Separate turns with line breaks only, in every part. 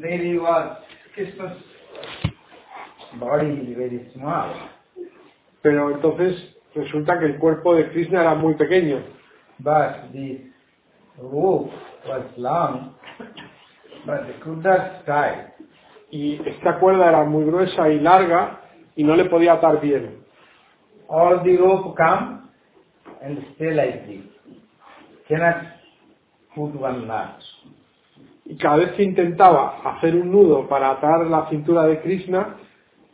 There he was. Christmas body is very small.
Pero entonces resulta que el cuerpo de Krishna era muy pequeño,
But the rope was long, but they could not tie.
y esta cuerda era muy gruesa y larga y no le podía atar bien.
All the rope come and stay like this. Cannot put one knot.
Y cada vez que intentaba hacer un nudo para atar la cintura de Krishna,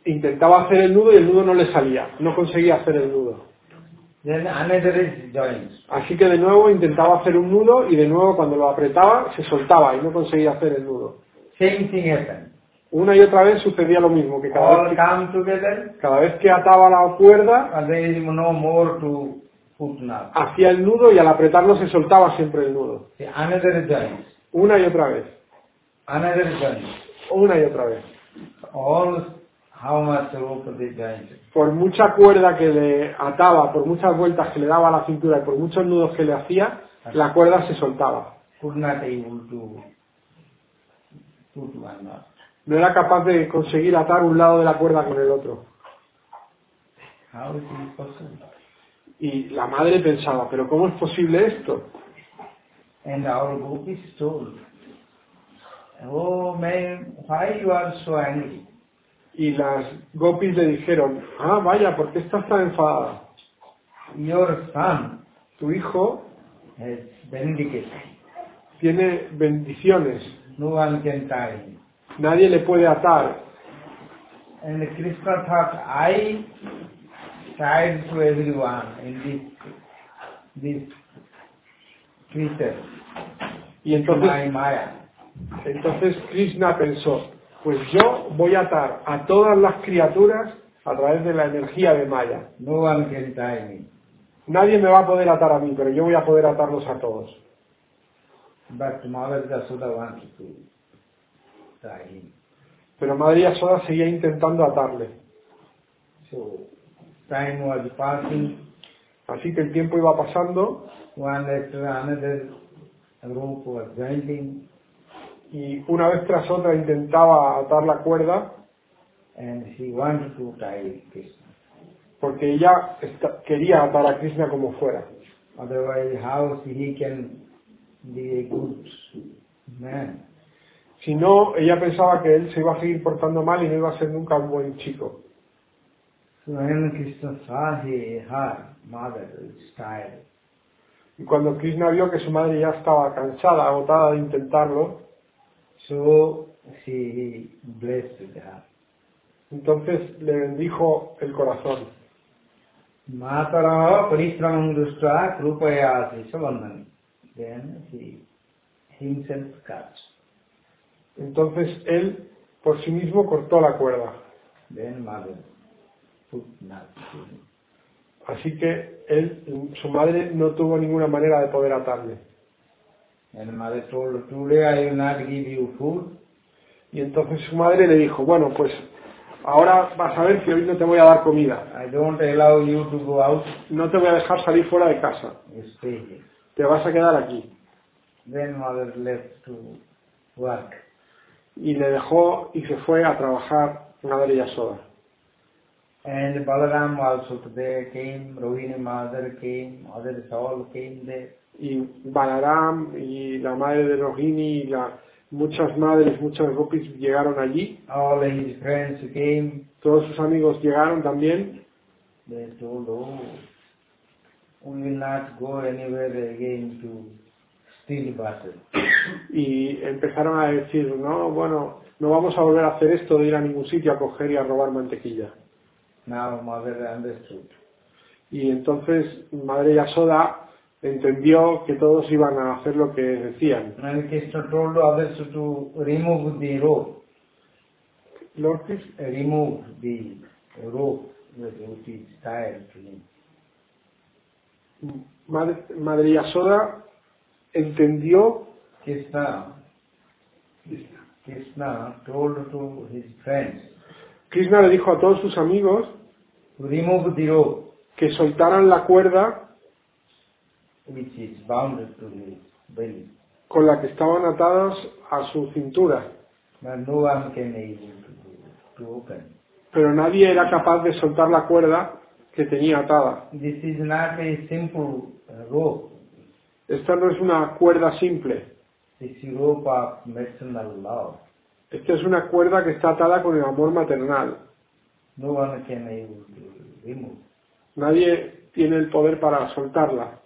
intentaba hacer el nudo y el nudo no le salía, no conseguía hacer el nudo.
Then another is joined.
Así que de nuevo intentaba hacer un nudo y de nuevo cuando lo apretaba se soltaba y no conseguía hacer el nudo.
Same thing happened.
Una y otra vez sucedía lo mismo, que cada
All
vez
come together
que, cada vez que ataba la cuerda
and there is no more to put knot.
hacía el nudo y al apretarlo se soltaba siempre el nudo.
See, another is joined.
Una y otra vez,
Another is joined.
una y otra vez.
All how much rope they joined.
Por mucha cuerda que le ataba, por muchas vueltas que le daba a la cintura y por muchos nudos que le hacía, la cuerda se soltaba.
could not able to put one knot.
No era capaz de conseguir atar un lado de la cuerda con el otro.
How it is possible?
Y la madre pensaba, pero ¿cómo es posible esto?
And our book is told, Oh man, why you are so angry?
Y las gopis le dijeron, ah, vaya, ¿por qué estás tan enfadada?
Your son
Tu hijo
has vindicated.
tiene bendiciones,
No one can tie him.
nadie le puede atar.
And Krishna thought, I tied to everyone in this, this creature,
Y entonces,
my Maya.
entonces Krishna pensó, pues yo voy a atar a todas las criaturas a través de la energía de Maya.
No one can tie me.
Nadie me va a poder atar a mí, pero yo voy a poder atarlos a todos.
But Mother Jasoda wanted to try him.
Pero Madre Yasoda seguía intentando atarle.
So time was passing,
Así que el tiempo iba pasando
one after another rope was joining
y una vez tras otra intentaba atar la cuerda
and she wanted to tie Krishna.
porque ella esta- quería atar a Krishna como fuera.
Otherwise how he can be a good man?
Si no, ella pensaba que él se iba a seguir portando mal y no iba a ser nunca un buen chico.
So when Krishna saw he, her mother is tired,
Y cuando Krishna vio que su madre ya estaba cansada, agotada de intentarlo,
so she blessed her.
entonces le bendijo el corazón.
मातरः परिश्रमं दृष्ट्वा कृपया आशिष वन्दन् देन् हि हिम्सेल्फ् काट्
Entonces él por sí mismo cortó la cuerda.
देन् मदर् पुट् नाट्
Así que él, su madre no tuvo ninguna manera de poder atarle.
And mother told, today I will not give you food.
Y entonces su madre le dijo, bueno, pues ahora vas a ver que hoy no te voy a dar comida,
I don't allow you to go out.
no te voy a dejar salir fuera de casa,
You stay here.
te vas a quedar aquí.
Then mother left to work.
Y le dejó y se fue a trabajar madre Yasoda.
And Balaram also today came, Rohini mother came, others all came there.
Y Balaram y la madre de Rohini y la- muchas madres, muchas gopis llegaron allí,
All his friends came.
todos sus amigos llegaron también
They told, oh, we will not go anywhere again to steal buses.
y empezaron a decir, no, bueno, no vamos a volver a hacer esto de ir a ningún sitio a coger y a robar mantequilla.
Now mother understood.
Y entonces Madre Yasoda entendió que todos iban a hacer lo que decían.
And Krishna told others to remove the rope,
Lord Krishna-
remove the rope that which is tied to him.
Madre, Madre Yasoda entendió
Krishna, Krishna told to his friends
Krishna le dijo a todos sus amigos
to remove the rope
que soltaran la cuerda
which is bound to his belly.
con la que estaban atadas a su cintura.
But no one can able to, do- to open.
Pero nadie era capaz de soltar la cuerda que tenía atada.
This is not a simple uh, rope.
Esta no es una cuerda simple.
This is rope of maternal love.
Esta es una cuerda que está atada con el amor maternal.
No one can able to remove.
Nadie tiene el poder para soltarla.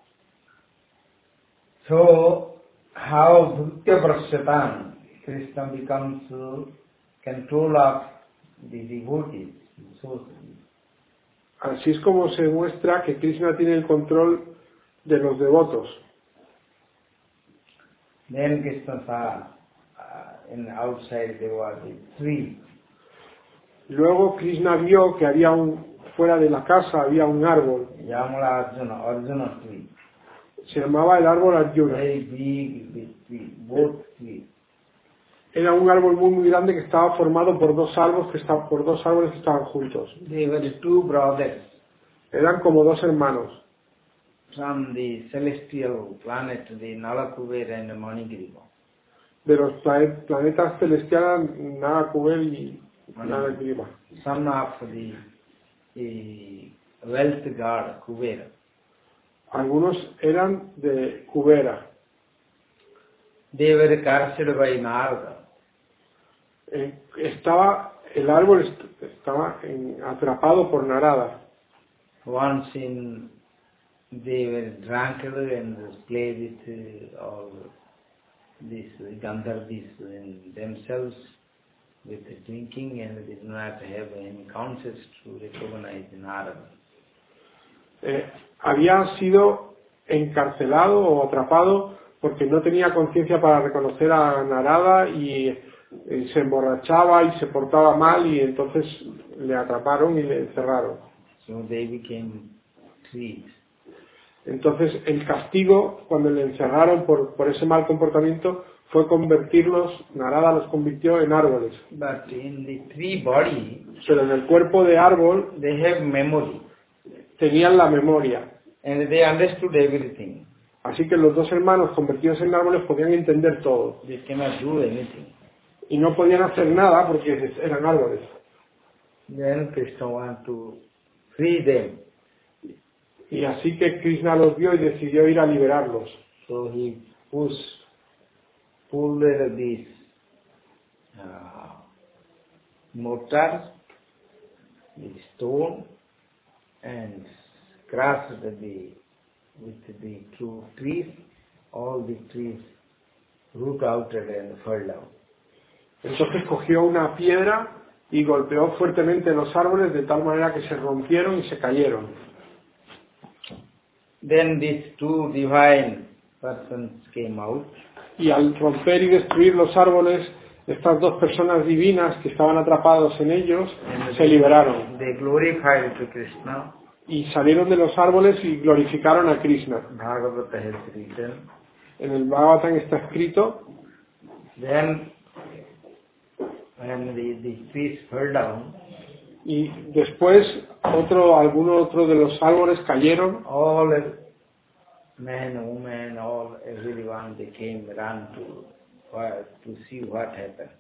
So, how Bhutya Prashatam, Krishna becomes uh, control of the devotees. So,
Así es como se muestra que Krishna tiene el control de los devotos.
then Krishna saw, uh, in outside there was a tree.
Luego Krishna vio que había un, fuera de la casa había un árbol.
Yamala Arjuna, Arjuna tree.
Se llamaba el árbol Arjuna.
Very big, big tree, both tree.
Era un árbol muy muy grande que estaba formado por dos árboles que estaban, por dos árboles que estaban juntos.
They were two brothers
Eran como dos hermanos.
from the celestial planet, the Nalakuvera and Manigriva.
De los plane- planetas celestiales, nada Kubel y nada Grima.
Son of the, the wealth god Kuvera.
Algunos eran de Kubera.
They were cursed by Narada.
Eh, estaba, el árbol est- estaba en- atrapado por Narada.
Once in they were drunken and played with uh, all these Gandharvis in themselves with the drinking and did not have any conscience to recognize Narada.
Eh, había sido encarcelado o atrapado porque no tenía conciencia para reconocer a Narada y eh, se emborrachaba y se portaba mal y entonces le atraparon y le encerraron.
So they became trees.
Entonces el castigo cuando le encerraron por, por ese mal comportamiento fue convertirlos, Narada los convirtió en árboles.
But in the tree body,
Pero en el cuerpo de árbol
they have memory
tenían la memoria.
and they understood everything.
Así que los dos hermanos convertidos en árboles podían entender todo.
They cannot do anything.
y no podían hacer nada porque eran árboles.
Then Krishna want to free them.
Y así que Krishna los vio y decidió ir a liberarlos.
So he push, pulled this uh, mortar, the stone, and crushed the with the two trees. All the trees root outed and fell down.
Entonces cogió una piedra y golpeó fuertemente los árboles de tal manera que se rompieron y se cayeron.
Then these two divine persons came out.
Y al romper y destruir los árboles, estas dos personas divinas que estaban atrapados en ellos se liberaron
They glorified to Krishna.
y salieron de los árboles y glorificaron a Krishna.
Bhagavata has written
En el Bhagavatam está escrito
Then, when the, the trees fell down,
y después otro, alguno otro de los árboles cayeron
all men, women, all everyone they came run to where- to see what happened.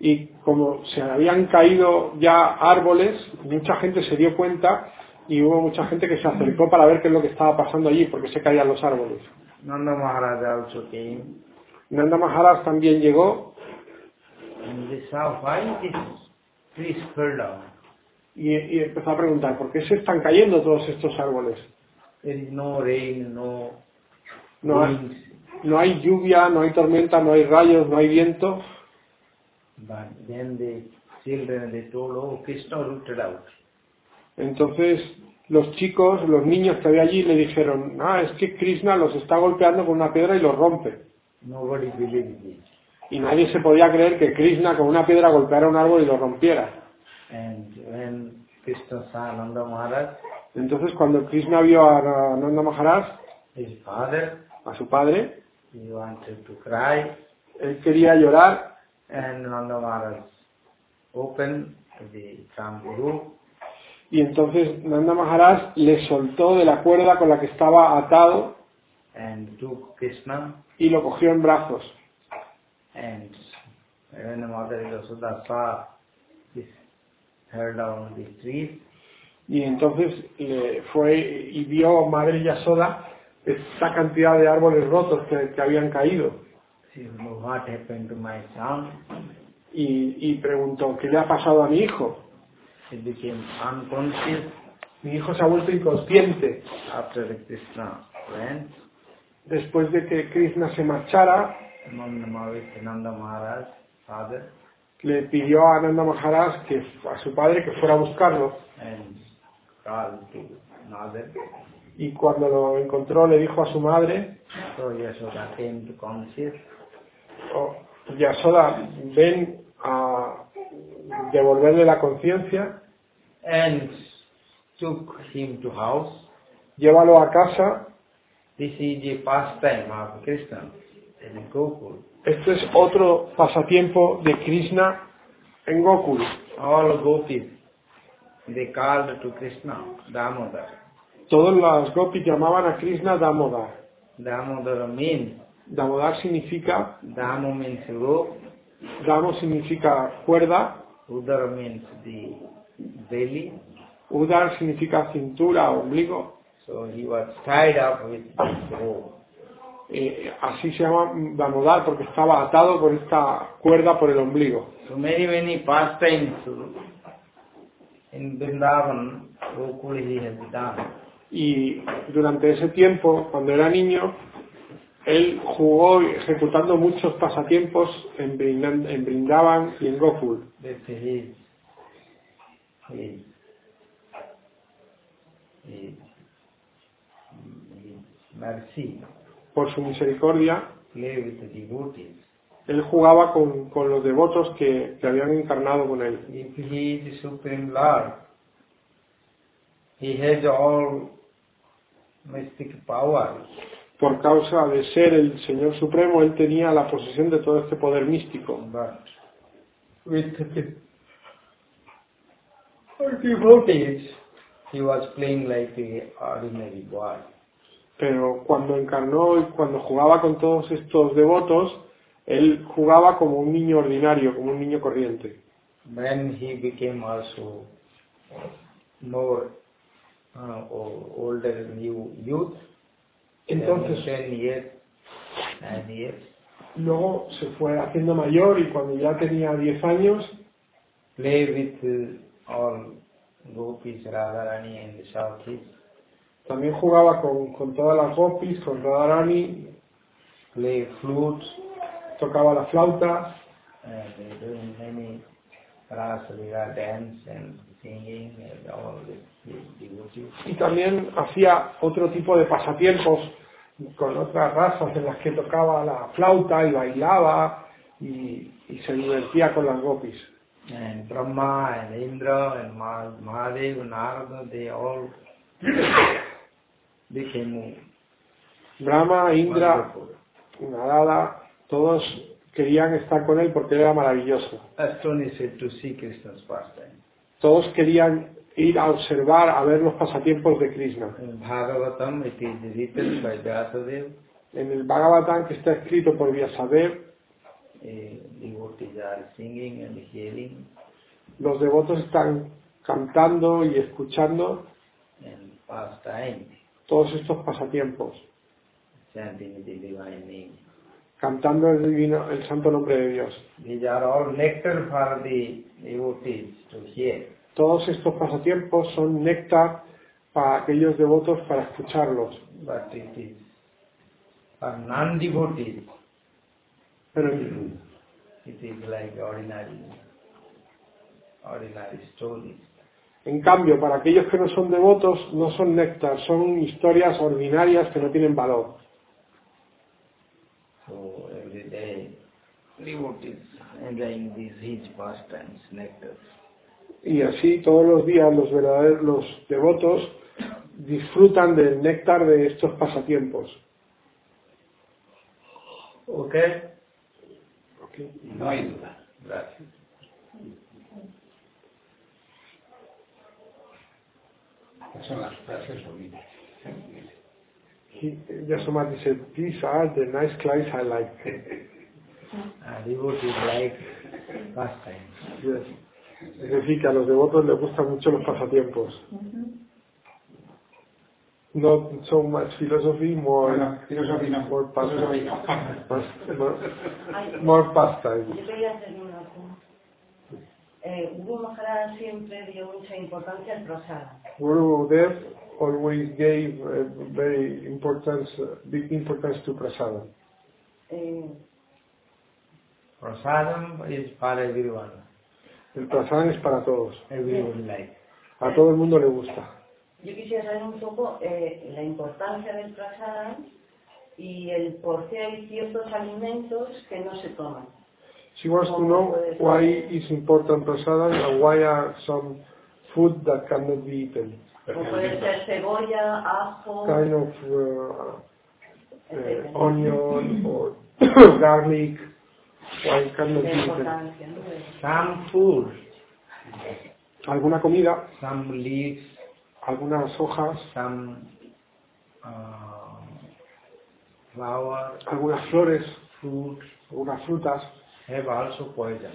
y como se habían caído ya árboles, mucha gente se dio cuenta y hubo mucha gente que se acercó para ver qué es lo que estaba pasando allí, porque se caían los árboles.
Nanda Maharaj also came
Nanda Maharaj también llegó
and they saw why these trees fell down.
y, y empezó a preguntar, ¿por qué se están cayendo todos estos árboles?
There is no rain, no
No hay,
winds,
no hay lluvia, no hay tormenta, no hay rayos, no hay viento.
but then the children they told, oh Krishna rooted out.
Entonces los chicos, los niños que había allí le dijeron, ah, es que Krishna los está golpeando con una piedra y los rompe.
Nobody believed this.
Y nadie se podía creer que Krishna con una piedra golpeara un árbol y lo rompiera.
And when Krishna saw Nanda Maharaj,
Entonces cuando Krishna vio a Nanda Maharaj,
his father,
a su padre,
he wanted to cry,
él quería llorar
and Nanda Maharaj opened the from the roof,
y entonces Nanda Maharaj le soltó de la cuerda con la que estaba atado
and took Krishna
y lo cogió en brazos
and uh, when the mother Yasoda saw this, her down the street,
Y entonces le fue y vio Madre Yasoda esta cantidad de árboles rotos que, que habían caído
she said, "No, what happened to my son?
y, y preguntó, ¿qué le ha pasado a mi hijo?
He became unconscious
Mi hijo se ha vuelto inconsciente.
after the Krishna went.
Después de que Krishna se marchara,
Among the Mahavishnu Nanda Maharaj, father,
le pidió a Ananda Maharaj, que, a su padre, que fuera a buscarlo.
and called to mother.
Y cuando lo encontró, le dijo a su madre,
So Yasoda came to conscious.
oh, Yasoda, ven a devolverle la conciencia,
and took him to house.
llévalo a casa.
This is the pastime of Krishna in Gokul.
Este es otro pasatiempo de Krishna en Gokul.
All gopis, they called to Krishna, Damodar.
Todos los gopis llamaban a Krishna Damodar.
Damodar means,
Damodar significa,
Damo means rope,
Damo significa cuerda,
Udar means the belly.
Udar significa cintura, ombligo,
So he was tied up with this rope.
Eh, así se llama Damodar porque estaba atado por esta cuerda por el ombligo.
So many, many pastimes in Vrindavan, Gokul he has done.
Y durante ese tiempo, cuando era niño, él jugó ejecutando muchos pasatiempos en, Brindan- en Brindavan y en Gokul.
This is his, his, his mercy,
Por su misericordia,
play with the devotees.
él jugaba con, con los devotos que, que habían encarnado con él.
If he is the Supreme Lord, he has all mystic power.
Por causa de ser el Señor Supremo, él tenía la posesión de todo este poder místico.
But with the all devotees, he was playing like a ordinary boy.
pero cuando encarnó y cuando jugaba con todos estos devotos, él jugaba como un niño ordinario, como un niño corriente.
When he became also more uh, o- older new youth,
Entonces,
ten years, nine years,
luego se fue haciendo mayor y cuando ya tenía 10 años,
play with uh, all gopis, Radharani and Shakis,
también jugaba con, con todas las gopis, con Radharani,
play flutes
tocaba la flauta
and uh, doing many Rasalila dance and singing and all this devotees.
y también hacía otro tipo de pasatiempos con otras razas en las que tocaba la flauta y bailaba y, y se divertía con las gopis.
And Brahma and Indra and Ma- Mahadev and Narada, they all became
Brahma, Indra,
wonderful.
Narada, todos querían estar con él porque era maravilloso.
astonished to see Krishna's pastime.
Todos querían ir a observar, a ver los pasatiempos de Krishna.
In Bhagavatam, it is written by Vyasadeva,
En el Bhagavatam que está escrito por Vyasadeva,
eh, devotees are singing and hearing
los devotos están cantando y escuchando
and pastime,
todos estos pasatiempos,
chanting the divine name.
cantando el divino, el santo nombre de Dios.
These are all nectar for the devotees to hear.
Todos estos pasatiempos son néctar para aquellos devotos para escucharlos.
But it is for non-devotees,
Pero
it is like ordinary, ordinary stories.
En cambio, para aquellos que no son devotos, no son néctar, son historias ordinarias que no tienen valor.
So every day, devotees enjoying these his pastimes, nectar.
Y así todos los días los verdaderos los devotos disfrutan del néctar de estos pasatiempos.
Okay?
Ok.
Noise. Gracias.
Son las frases bonitas.
He- Yasomar dice, these are the nice clients I like.
Uh, devotees like pastimes.
Yes. Es decir, que a los devotos les gustan mucho los pasatiempos. Not so much philosophy, more,
Bueno, filosofía no.
Por paso.
Filosofía no.
pas- more, more pastimes.
Yo quería hacerle una pregunta. Eh, Guru Maharaj siempre dio mucha importancia al prosada.
Guru Dev always gave uh, very importance, uh, big importance to prasada.
Eh,
Prasadam is for everyone,
El prasada es para todos.
everyone like.
A todo el mundo le gusta.
yo quisiera saber un poco eh, la importancia del prosada y el por qué hay ciertos alimentos que no se toman.
She wants to know why is important prasada and why are some food that cannot be eaten.
Como puede ser cebolla, ajo,
Kind of uh,
etcétera.
uh, onion or garlic, why it cannot be
La
eaten.
importancia, ¿no? De-
Some food,
Alguna comida,
some leaves,
algunas hojas,
some uh, flower,
algunas flores,
fruit
algunas frutas,
have also poison.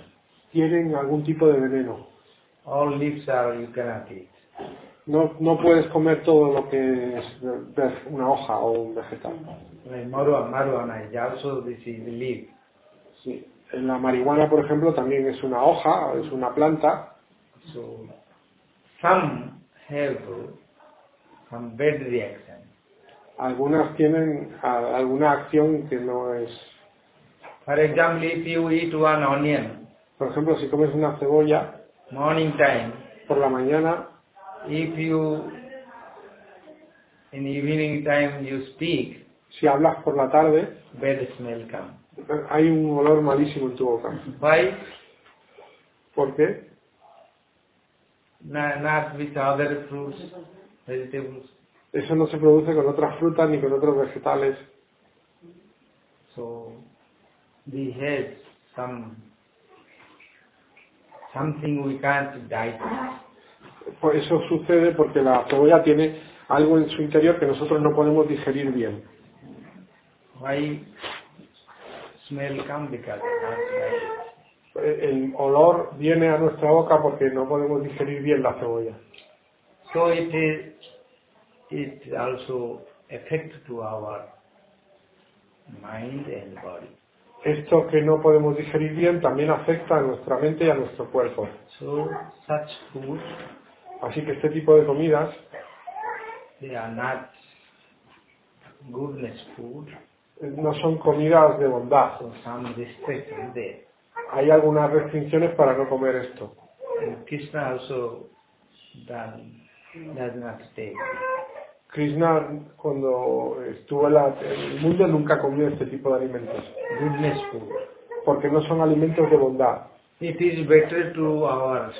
tienen algún tipo de veneno.
All leaves are you cannot eat.
No, no puedes comer todo lo que es de- de una hoja o un vegetal.
Like marua, marijuana is also this is leaf.
Sí. En La marihuana, por ejemplo, también es una hoja, es una planta.
So some have some bad reaction.
Algunas tienen a- alguna acción que no es...
For example, if you eat one onion
Por ejemplo, si comes una cebolla
morning time,
por la mañana,
if you in evening time you speak,
si hablas por la tarde,
bad smell come.
hay un olor malísimo en tu boca.
Why?
¿Por qué?
Not, not with other fruits, vegetables.
Eso no se produce con otras frutas ni con otros vegetales.
So we have some something we can't digest.
Por Pues eso sucede porque la cebolla tiene algo en su interior que nosotros no podemos digerir bien.
Why smell come because not digest.
Eh, El olor viene a nuestra boca porque no podemos digerir bien la cebolla.
So it is, it also affect to our mind and body.
Esto que no podemos digerir bien también afecta a nuestra mente y a nuestro cuerpo.
So such food,
Así que este tipo de comidas
they are not goodness food,
eh, no son comidas de bondad.
so some restriction there.
Hay algunas restricciones para no comer esto.
And Krishna also done, does not take.
Krishna cuando estuvo en, la- en el mundo nunca comió este tipo de alimentos,
Goodness food.
porque no son alimentos de bondad.
It is better to our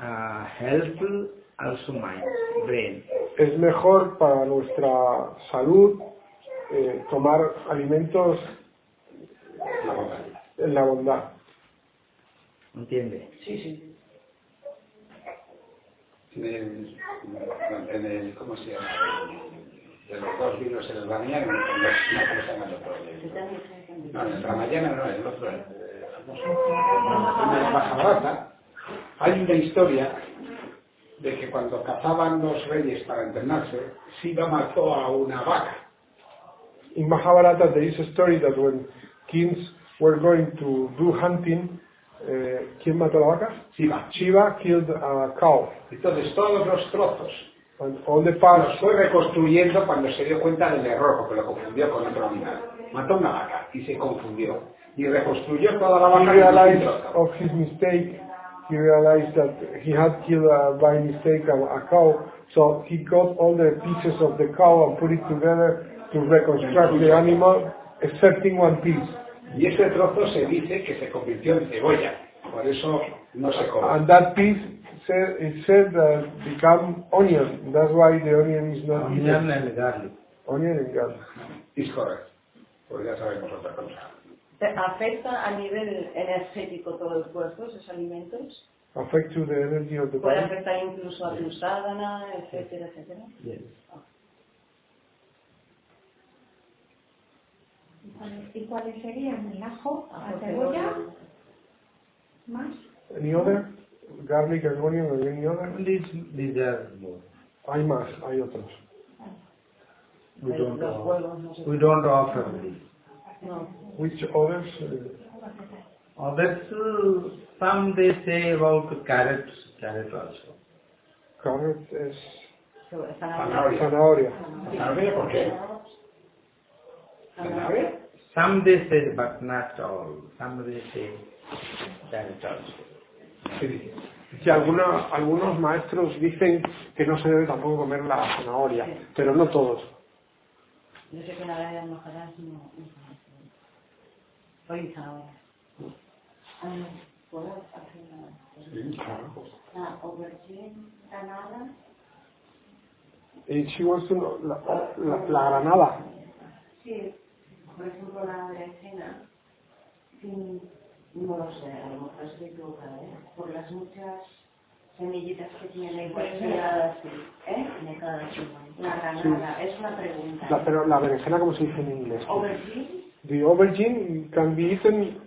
uh, health, also mind, brain.
Es mejor para nuestra salud eh, tomar alimentos en la bondad.
¿Entiende?
Sí, sí.
En el, en el, ¿cómo se llama? De los dos libros, el Ramayana, no, no, ¿cómo se llama el otro?
Se
El-
están diciendo.
No, el Ramayana no, el otro, el eh, famoso. En el Mahabharata hay una historia de que cuando cazaban los reyes para entrenarse, Siva mató a una vaca.
In Mahabharata there is a story that when kings were going to do hunting, eh, ¿quién mató la vaca?
Siva.
Shiva killed a cow
Entonces todos los trozos
and all the
Los
parts.
fue reconstruyendo cuando se dio cuenta del error, porque lo confundió con otro animal. Mató una vaca y se confundió. Y reconstruyó toda la
He
vaca.
realized
y-
of his mistake. He realized that he had killed uh, by mistake a, a cow, so he got all the pieces of the cow and put it together to reconstruct the animal, excepting one piece.
Y ese trozo se dice que se convirtió en cebolla. Por eso no se come.
And that piece said, it said that become onion. That's why the onion is not eaten.
Onion and garlic.
Onion and garlic.
Es correcto. Pues ya sabemos otra cosa.
¿Te ¿Afecta a nivel energético todo el cuerpo esos alimentos?
Affect to the energy of the
¿Puede
body.
afectar incluso a tu sadhana, etcétera, etcétera?
Yes.
¿Y cuáles serían? ¿El ajo? ¿La cebolla?
más.
Any other? Garlic and onion and any other?
These, these are more.
Hay más, hay otros.
We
Eh,
don't
los
offer.
huevos no se
We don't offer these.
No.
Which others? eh,
Others, uh, some they say about carrots, carrot also.
Carrot es
so-
Zanahoria.
zanahoria.
¿Zanahoria por qué? ¿Zanahoria?
Some they say, but not all. Some they say carrot also.
Sí.
Y alguna- algunos maestros dicen que no se debe tampoco comer la zanahoria, pero no todos.
Yo sé que la verdad de Maharaj no no conoce. Hoy es ahora. Ah, ¿Puedo hacer una-
Sí, claro.
una aubergine ganada?
Y Eh, she wants to know la, la- la granada.
Sí, por ejemplo, la berenjena. Sí, no lo sé, a lo mejor estoy equivocada, ¿eh? Por las muchas semillitas que tiene igual que la- ¿eh? La granada, es una pregunta.
La, pero la berenjena, como se dice en inglés.
Aubergine
The aubergine can be eaten,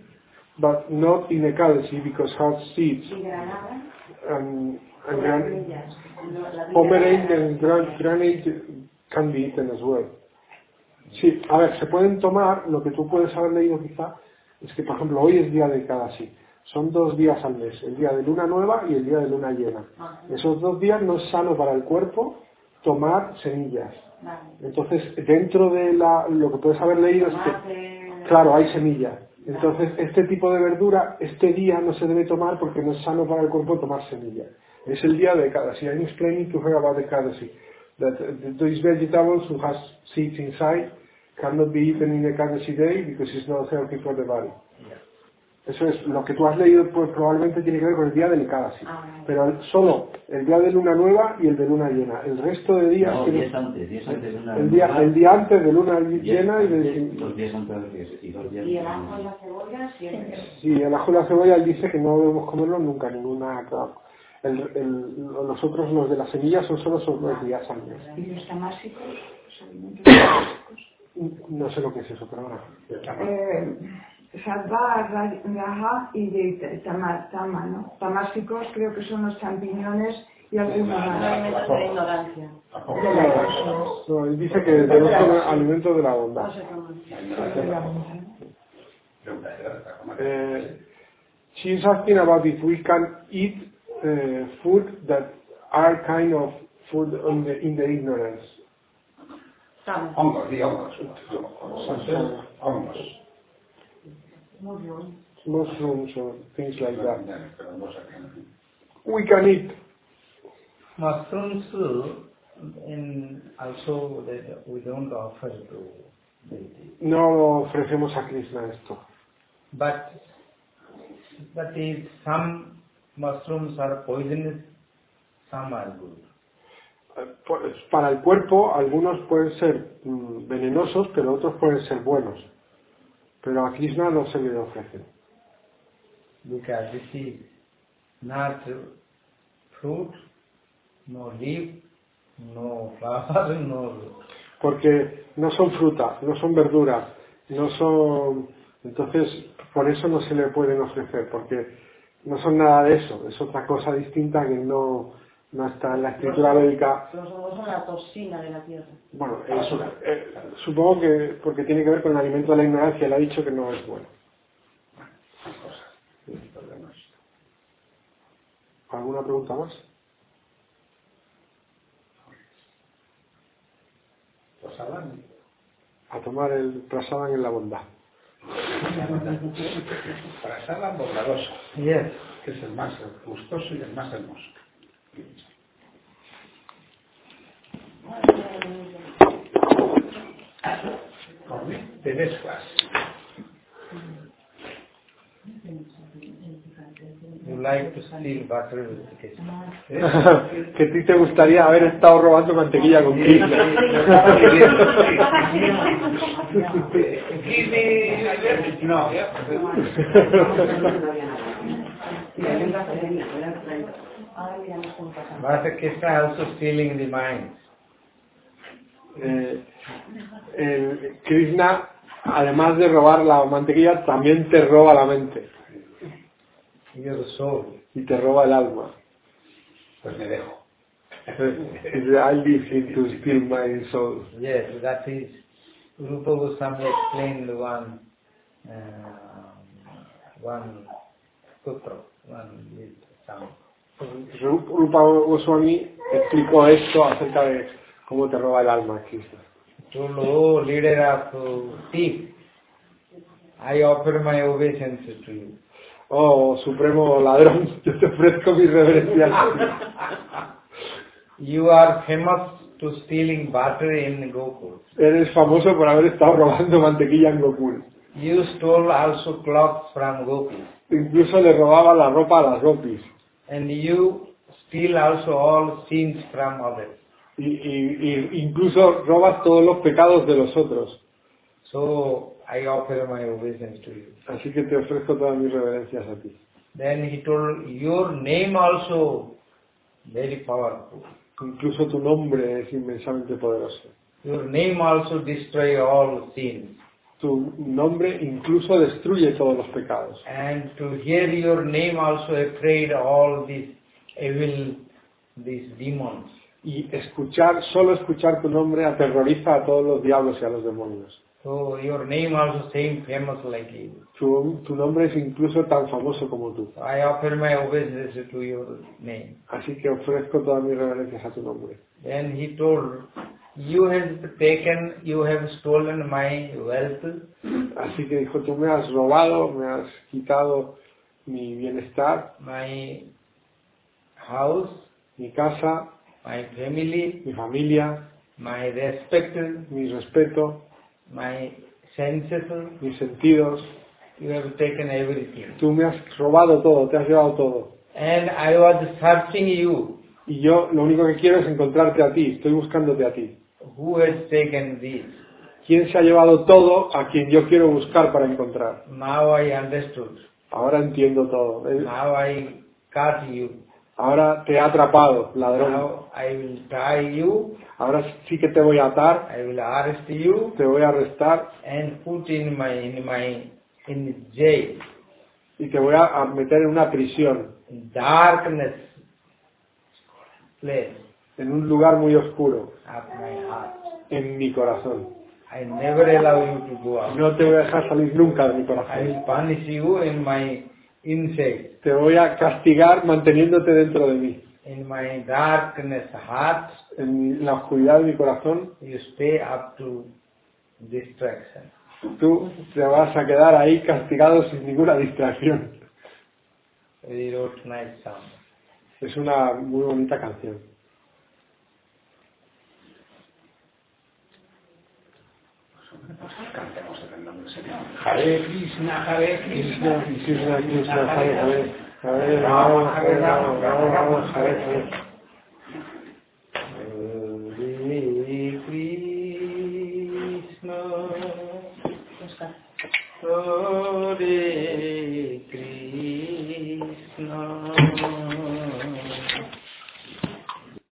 but not in a calabash because has seeds.
y granada.
And,
por
and
las
gran,
semillas, no, la vida
pomerade
granada.
and gran, granate can be eaten as well. Sí, a ver, se pueden tomar, lo que tú puedes haber leído quizá, es que por ejemplo hoy es día de sí. Son dos días al mes, el día de luna nueva y el día de luna llena.
Ajá.
Esos dos días no es sano para el cuerpo tomar semillas.
Vale.
Entonces, dentro de la, lo que puedes haber leído es que
Tomate,
este. Claro, hay semillas. Entonces, este tipo de verdura, este día no se debe tomar porque no es sano para el cuerpo tomar semillas. Es el día de Kadasi. I'm explaining to her about the Kadasi. That uh, these vegetables who has seeds inside cannot be eaten in the Kadasi day because it's not healthy for the body. Eso es, lo que tú has leído pues probablemente tiene que ver con el día del Kadasi.
Ah.
Pero el- solo el día de luna nueva y el de luna llena. El resto de días...
No,
tiene-
días antes, días antes de una
el, día, el día antes de luna llena y de...
Dos días antes de y dos días
Y el ajo y la cebolla siempre.
Sí, el ajo y la cebolla él dice que no debemos comerlo nunca, ninguna. claro. El- el- los otros, los de las semillas, son solo sobre los días al mes.
¿Y los tamásicos? ¿Los alimentos tamásicos?
No sé lo que es eso, pero ahora.
Eh, Sadva, ra- raja y de tama, tama, ¿no? Tamásicos creo que son los champiñones y alguna más.
Realmente es de ignorancia.
Tampoco.
No, él dice que debemos comer alimentos de la
No
bondad.
se comen.
Eh, she is asking about if we can eat eh, food that are kind of food on the- in the ignorance.
Estamos.
Hongos, di hongos. Hongos. Hongos.
Muy bien.
Mushrooms or things like that.
Pero no sé qué.
We can eat
Mushrooms uh, in also that we don't offer to deity.
No lo ofrecemos a Krishna esto.
But that is some mushrooms are poisonous, some are good.
Eh, pues, Para el cuerpo, algunos pueden ser mm, venenosos, pero otros pueden ser buenos. Pero a Krishna no se le ofrecen.
Because this is not fruit, no leaf, no flower, no
Porque no son frutas, no son verduras, no son... Entonces, por eso no se le pueden ofrecer, porque no son nada de eso. Es otra cosa distinta que no, no está en la escritura védica.
Los hongos son la toxina de la tierra.
Bueno, eh, su- eh, supongo que porque tiene que ver con el alimento de la ignorancia, él ha dicho que no es bueno. ¿Alguna pregunta más?
Los salami.
A tomar el prasadan en la bondad.
Para salami bondadosa,
Yes.
que es el más gustoso y el más hermoso. Come de desfaz.
You like to steal butter with Krishna.
que a ti te gustaría haber estado robando mantequilla con Krishna.
No,
Ahora miramos cómo pasa.
But Krishna also stealing the mind.
Eh, el Krishna, además de robar la mantequilla, también te roba la mente.
He your soul.
y te roba el alma.
Pues me dejo.
I live in to steal my soul.
Yes, that is, Rupa Goswami explained one, uh, one sutra, one with some.
Ru- Rupa Goswami explicó esto acerca de cómo te roba el alma, Krishna.
told, oh leader of uh, thief, I offer my obeisance to you.
Oh, supremo ladrón, yo te ofrezco mi reverencia.
You are famous to stealing butter in Gokul.
Eres famoso por haber estado robando mantequilla en Gokul.
You stole also cloth from Gopis.
Incluso le robaba la ropa a las Gopis.
And you steal also all sins from others.
Y, y- y incluso robas todos los pecados de los otros.
So I offer my obeisance to you.
Así que te ofrezco todas mis reverencias a ti.
Then he told, your name also very powerful.
Incluso tu nombre es inmensamente poderoso.
Your name also destroy all sins.
Tu nombre incluso destruye todos los pecados.
And to hear your name also afraid all these evil, these demons.
Y escuchar, solo escuchar tu nombre aterroriza a todos los diablos y a los demonios.
So your name also same famous like you.
Tu, tu nombre es incluso tan famoso como tú.
So I offer my obeisance to your name.
Así que ofrezco todas mis reverencias a tu nombre.
Then he told, you have taken, you have stolen my wealth
Así que dijo, tú me has robado, me has quitado mi bienestar,
my house,
mi casa,
my family,
mi familia,
my respect,
mi respeto,
my senses,
mis sentidos.
you have taken everything.
Tú me has robado todo, te has llevado todo.
And I was searching you,
Y yo lo único que quiero es encontrarte a ti, estoy buscándote a ti.
who has taken this?
¿Quién se ha llevado todo a quien yo quiero buscar para encontrar?
Now I understood.
Ahora entiendo todo. Él-
Now I caught you.
Ahora te ha atrapado, ladrón.
Now I will tie you,
Ahora sí que te voy a atar,
I will arrest you
te voy a arrestar
and put in my, in my, in jail.
y te voy a a meter en una prisión,
darkness place
en un lugar muy oscuro,
of my heart.
en mi corazón.
I never allow you to go out.
No te voy a dejar salir nunca de mi
I
corazón.
will punish you in my inside,
Te voy a castigar manteniéndote dentro de mí.
in my darkness heart.
En la oscuridad de mi corazón,
You stay up to distraction.
tú te vas a quedar ahí castigado sin ninguna distracción.
Very wrote nice song.
Es una muy bonita canción.
Cantemos en el nombre del Señor. Hare Krishna, Hare Krishna,
Krishna, Krishna, Krishna, Hare Hare, Hare Rama,
Rama,
Hare Rama, Rama Rama,
Rama,
Hare Hare.
Hare Krishna, Hare